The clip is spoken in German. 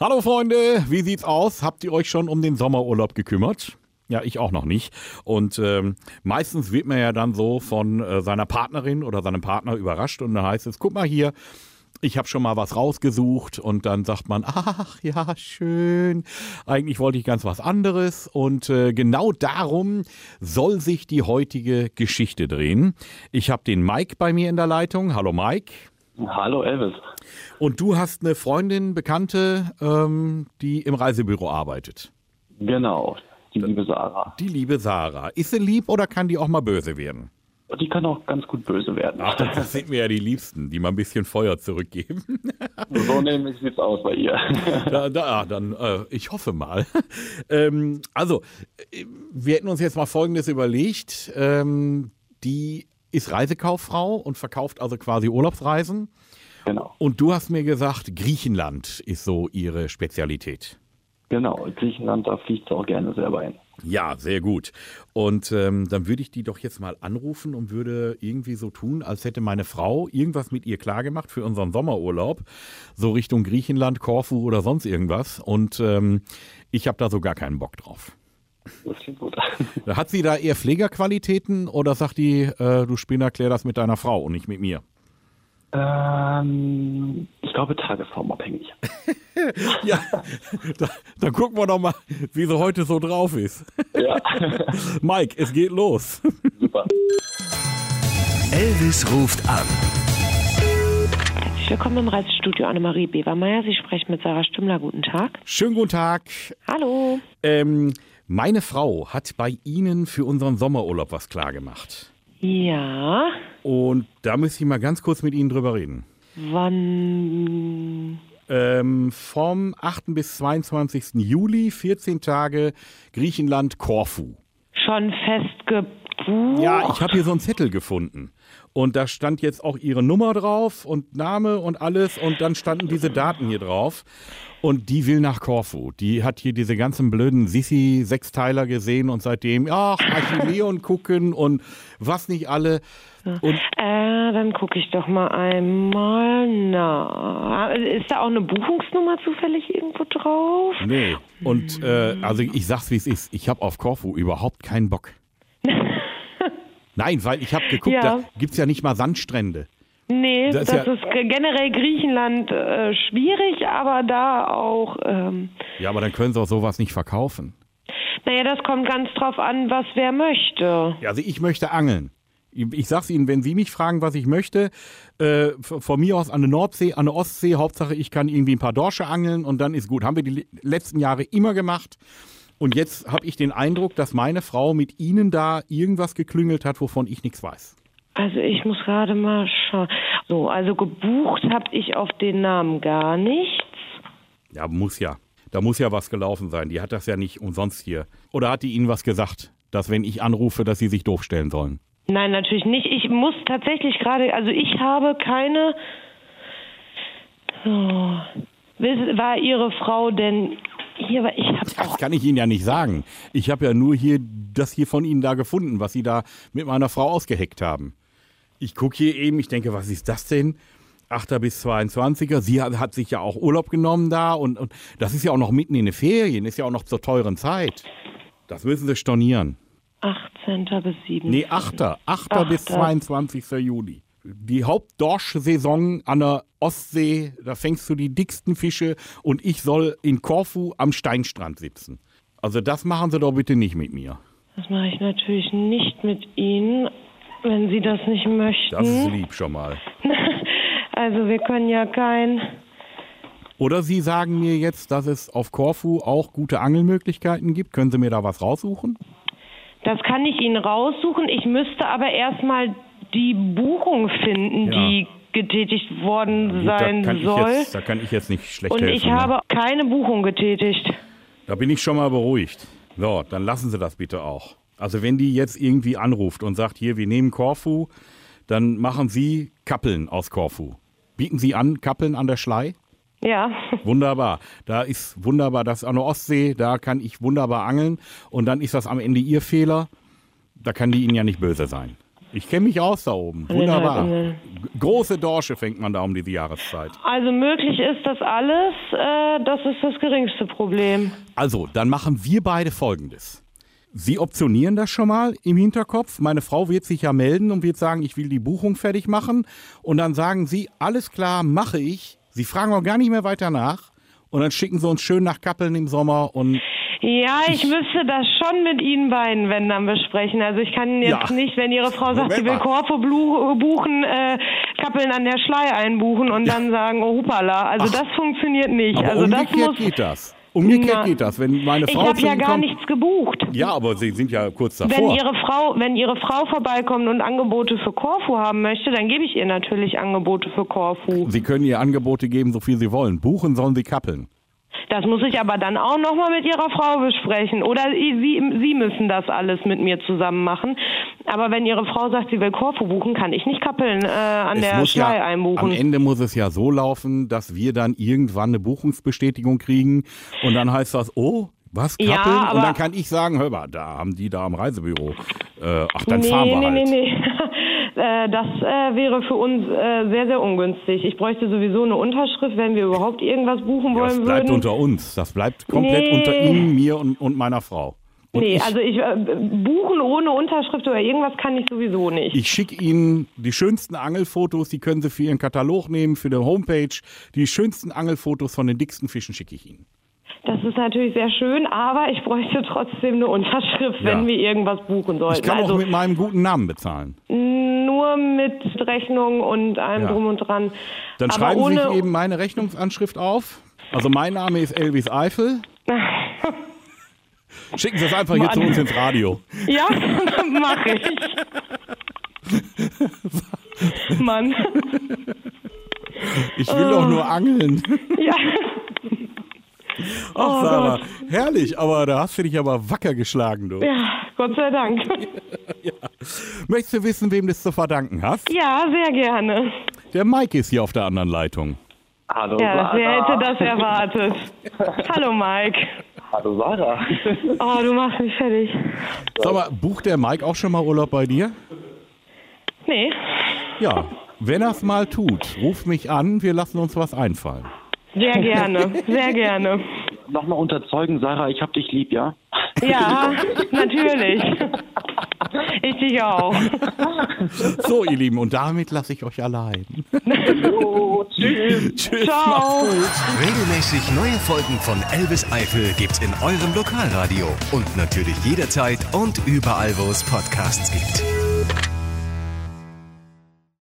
Hallo Freunde, wie sieht's aus? Habt ihr euch schon um den Sommerurlaub gekümmert? Ja, ich auch noch nicht. Und ähm, meistens wird man ja dann so von äh, seiner Partnerin oder seinem Partner überrascht und dann heißt es, guck mal hier, ich habe schon mal was rausgesucht und dann sagt man, ach ja, schön, eigentlich wollte ich ganz was anderes und äh, genau darum soll sich die heutige Geschichte drehen. Ich habe den Mike bei mir in der Leitung. Hallo Mike. Hallo Elvis. Und du hast eine Freundin, Bekannte, ähm, die im Reisebüro arbeitet. Genau, die liebe Sarah. Die liebe Sarah. Ist sie lieb oder kann die auch mal böse werden? Die kann auch ganz gut böse werden. Ach, das sind mir ja die Liebsten, die mal ein bisschen Feuer zurückgeben. So nämlich sieht's aus bei ihr. Da, da, dann, äh, ich hoffe mal. Ähm, also, äh, wir hätten uns jetzt mal Folgendes überlegt. Ähm, die ist Reisekauffrau und verkauft also quasi Urlaubsreisen. Genau, Und du hast mir gesagt, Griechenland ist so ihre Spezialität. genau. Griechenland, da fliegt sie auch gerne selber hin. Ja, sehr gut. Und ähm, dann würde ich die doch jetzt mal anrufen und würde irgendwie so tun, als hätte meine Frau irgendwas mit ihr klargemacht für unseren Sommerurlaub, so Richtung Griechenland, Korfu oder sonst irgendwas. Und ähm, ich habe da so gar keinen Bock drauf. Das klingt gut. Hat sie da eher Pflegerqualitäten oder sagt die, äh, du Spinner, klär das mit deiner Frau und nicht mit mir? Ähm, ich glaube, tagesformabhängig. Ja, da, dann gucken wir doch mal, wie sie heute so drauf ist. Ja, Mike, es geht los. super. Elvis ruft an. Herzlich willkommen im Reisestudio Annemarie Bebermeier. Sie sprechen mit Sarah Stümmler. Guten Tag. Schönen guten Tag. Hallo. Ähm, meine Frau hat bei Ihnen für unseren Sommerurlaub was klargemacht. Ja, Und da müsste ich mal ganz kurz mit Ihnen drüber reden. wann? Ähm, vom 8. bis 22. Juli, 14 Tage Griechenland, Korfu. Schon festgebucht? Ja, ich habe hier so einen Zettel gefunden. Und da stand jetzt auch Ihre Nummer drauf und Name und alles. Und dann standen diese Daten hier drauf. Und die will nach Korfu. Die hat hier diese ganzen blöden Sissi-Sechsteiler gesehen und seitdem, ach, Achilleon gucken und was nicht alle. Und Äh, dann gucke ich doch mal einmal nach. Ist da auch eine Buchungsnummer zufällig irgendwo drauf? Nee. Und äh, also ich sag's wie es ist. Ich habe auf Korfu überhaupt keinen Bock. Nein, weil ich habe geguckt, Ja. da gibt's ja nicht mal Sandstrände. Nee, Das das, ist ja- ist ge- generell Griechenland äh, schwierig, aber da auch. Ähm, Ja, aber dann können sie auch sowas nicht verkaufen. naja, das kommt ganz drauf an, was wer möchte. Ja, also ich möchte angeln. Ich- Ich sag's Ihnen, wenn Sie mich fragen, was ich möchte, äh, v- von mir aus an der Nordsee, an der Ostsee, Hauptsache ich kann irgendwie ein paar Dorsche angeln und dann ist gut. Haben wir die le- letzten Jahre immer gemacht. Und jetzt habe ich den Eindruck, dass meine Frau mit Ihnen da irgendwas geklüngelt hat, wovon ich nichts weiß. Also ich muss gerade mal schauen. So, also gebucht habe ich auf den Namen gar nichts. Ja, muss ja. Da muss ja was gelaufen sein. Die hat das ja nicht umsonst hier. Oder hat die Ihnen was gesagt, dass wenn ich anrufe, dass Sie sich doof stellen sollen? Nein, natürlich nicht. Ich muss tatsächlich gerade, also ich habe keine. So. Wiss- War Ihre Frau denn hier? Weil ich habe Das auch. kann ich Ihnen ja nicht sagen. Ich habe ja nur hier das hier von Ihnen da gefunden, was Sie da mit meiner Frau ausgeheckt haben. Ich gucke hier eben, ich denke, was ist das denn? 8. bis 22er. Sie hat hat sich ja auch Urlaub genommen da und, und das ist ja auch noch mitten in den Ferien, ist ja auch noch zur teuren Zeit. Das müssen Sie stornieren. 18. bis 7. Nee, 8. 8. bis 8.. 22. Juli. Die Hauptdorsch-Saison an der Ostsee, da fängst du die dicksten Fische und ich soll in Korfu am Steinstrand sitzen. Also das machen sie doch bitte nicht mit mir. Das mache ich natürlich nicht mit Ihnen, wenn Sie das nicht möchten. Das ist lieb schon mal. also wir können ja kein. Oder Sie sagen mir jetzt, dass es auf Korfu auch gute Angelmöglichkeiten gibt. Können Sie mir da was raussuchen? Das kann ich Ihnen raussuchen. Ich müsste aber erstmal die Buchung finden, Ja. die getätigt worden da, sein kann ich soll. jetzt, da kann ich jetzt nicht schlecht Und helfen. ich ne? habe keine Buchung getätigt. Da bin ich schon mal beruhigt. So, dann lassen Sie das bitte auch. Also wenn die jetzt irgendwie anruft und sagt, hier, wir nehmen Korfu, dann machen Sie Kappeln aus Korfu. Bieten Sie an, Kappeln an der Schlei? Ja, Wunderbar. Da ist wunderbar, das ist an der Ostsee, da kann ich wunderbar angeln. Und dann ist das am Ende Ihr Fehler. Da kann die Ihnen ja nicht böse sein. Ich kenne mich aus da oben. den Wunderbar. Halbinsel. G- Große Dorsche fängt man da um diese Jahreszeit. Also möglich ist das alles, äh, das ist das geringste Problem. Also, dann machen wir beide Folgendes. Sie optionieren das schon mal im Hinterkopf. Meine Frau wird sich ja melden und wird sagen, ich will die Buchung fertig machen. Und dann sagen Sie, alles klar, mache ich. Sie fragen auch gar nicht mehr weiter nach. Und dann schicken Sie uns schön nach Kappeln im Sommer. Und Ja, ich müsste das schon mit Ihnen beiden, wenn dann besprechen. Also ich kann jetzt Ja. nicht, wenn Ihre Frau sagt, Moment sie will mal. Korpo blu- buchen, äh, Kappeln an der Schlei einbuchen und dann sagen, oh hupala. Also das funktioniert nicht. aber also das umgekehrt muss. geht das. Umgekehrt Na, geht das. Wenn meine Ich Frau habe zu ja Ihnen gar kommt, nichts gebucht. Ja, aber Sie sind ja kurz davor. Wenn ihre Frau, wenn ihre Frau vorbeikommt und Angebote für Korfu haben möchte, dann gebe ich ihr natürlich Angebote für Korfu. Sie können ihr Angebote geben, so viel Sie wollen. Buchen sollen Sie kappeln. Das muss ich aber dann auch nochmal mit ihrer Frau besprechen. Oder sie, sie müssen das alles mit mir zusammen machen. Aber wenn ihre Frau sagt, sie will Korfu buchen, kann ich nicht kappeln äh, an der Schlei am einbuchen. Ende muss es ja so laufen, dass wir dann irgendwann eine Buchungsbestätigung kriegen und dann heißt das, oh, was, Ja, kappeln? aber- und dann kann ich sagen, hör mal, da haben die da am Reisebüro. Äh, ach, dann Nee, fahren wir nee, halt. nee, nee. Äh, Das äh, wäre für uns äh, sehr, sehr ungünstig. Ich bräuchte sowieso eine Unterschrift, wenn wir überhaupt irgendwas buchen Das wollen bleibt würden. unter uns. Das bleibt komplett Nee. unter Ihnen, mir und, und meiner Frau. Und nee, ich, also ich äh, buchen ohne Unterschrift oder irgendwas kann ich sowieso nicht. ich schicke Ihnen die schönsten Angelfotos, die können Sie für Ihren Katalog nehmen, für die Homepage. Die schönsten Angelfotos von den dicksten Fischen schicke ich Ihnen. Das ist natürlich sehr schön, aber ich bräuchte trotzdem eine Unterschrift, Ja. wenn wir irgendwas buchen Ich sollten. kann auch Also mit meinem guten Namen bezahlen. nur mit Rechnung und allem Ja. drum und dran. Dann aber schreiben Sie ohne sich eben meine Rechnungsanschrift auf. Also mein Name ist Elvis Eifel. Schicken Sie es einfach hier Mann. zu uns ins Radio. Ja, mache ich. Mann. Ich will doch nur angeln. Ja. Ach, Oh Sarah, herrlich, aber da hast du dich aber wacker geschlagen, du. ja, Gott sei Dank. Möchtest du wissen, wem du es zu verdanken hast? Ja, sehr gerne. Der Mike ist hier auf der anderen Leitung. Hallo Ja, Sarah. wer hätte das erwartet? Hallo Mike. Hallo Sarah. Oh, du machst mich fertig. Sag mal, bucht der Mike auch schon mal Urlaub bei dir? Nee. Ja. Wenn er es mal tut, ruf mich an, wir lassen uns was einfallen. Sehr gerne, sehr gerne. Nochmal unterzeugen, Sarah, ich hab dich lieb, ja? Ja, natürlich. Ich dich auch. So, ihr Lieben, und damit lasse ich euch allein. tschüss. Tschüss. Ciao. Regelmäßig neue Folgen von Elvis Eifel gibt's in eurem Lokalradio und natürlich jederzeit und überall, wo es Podcasts gibt.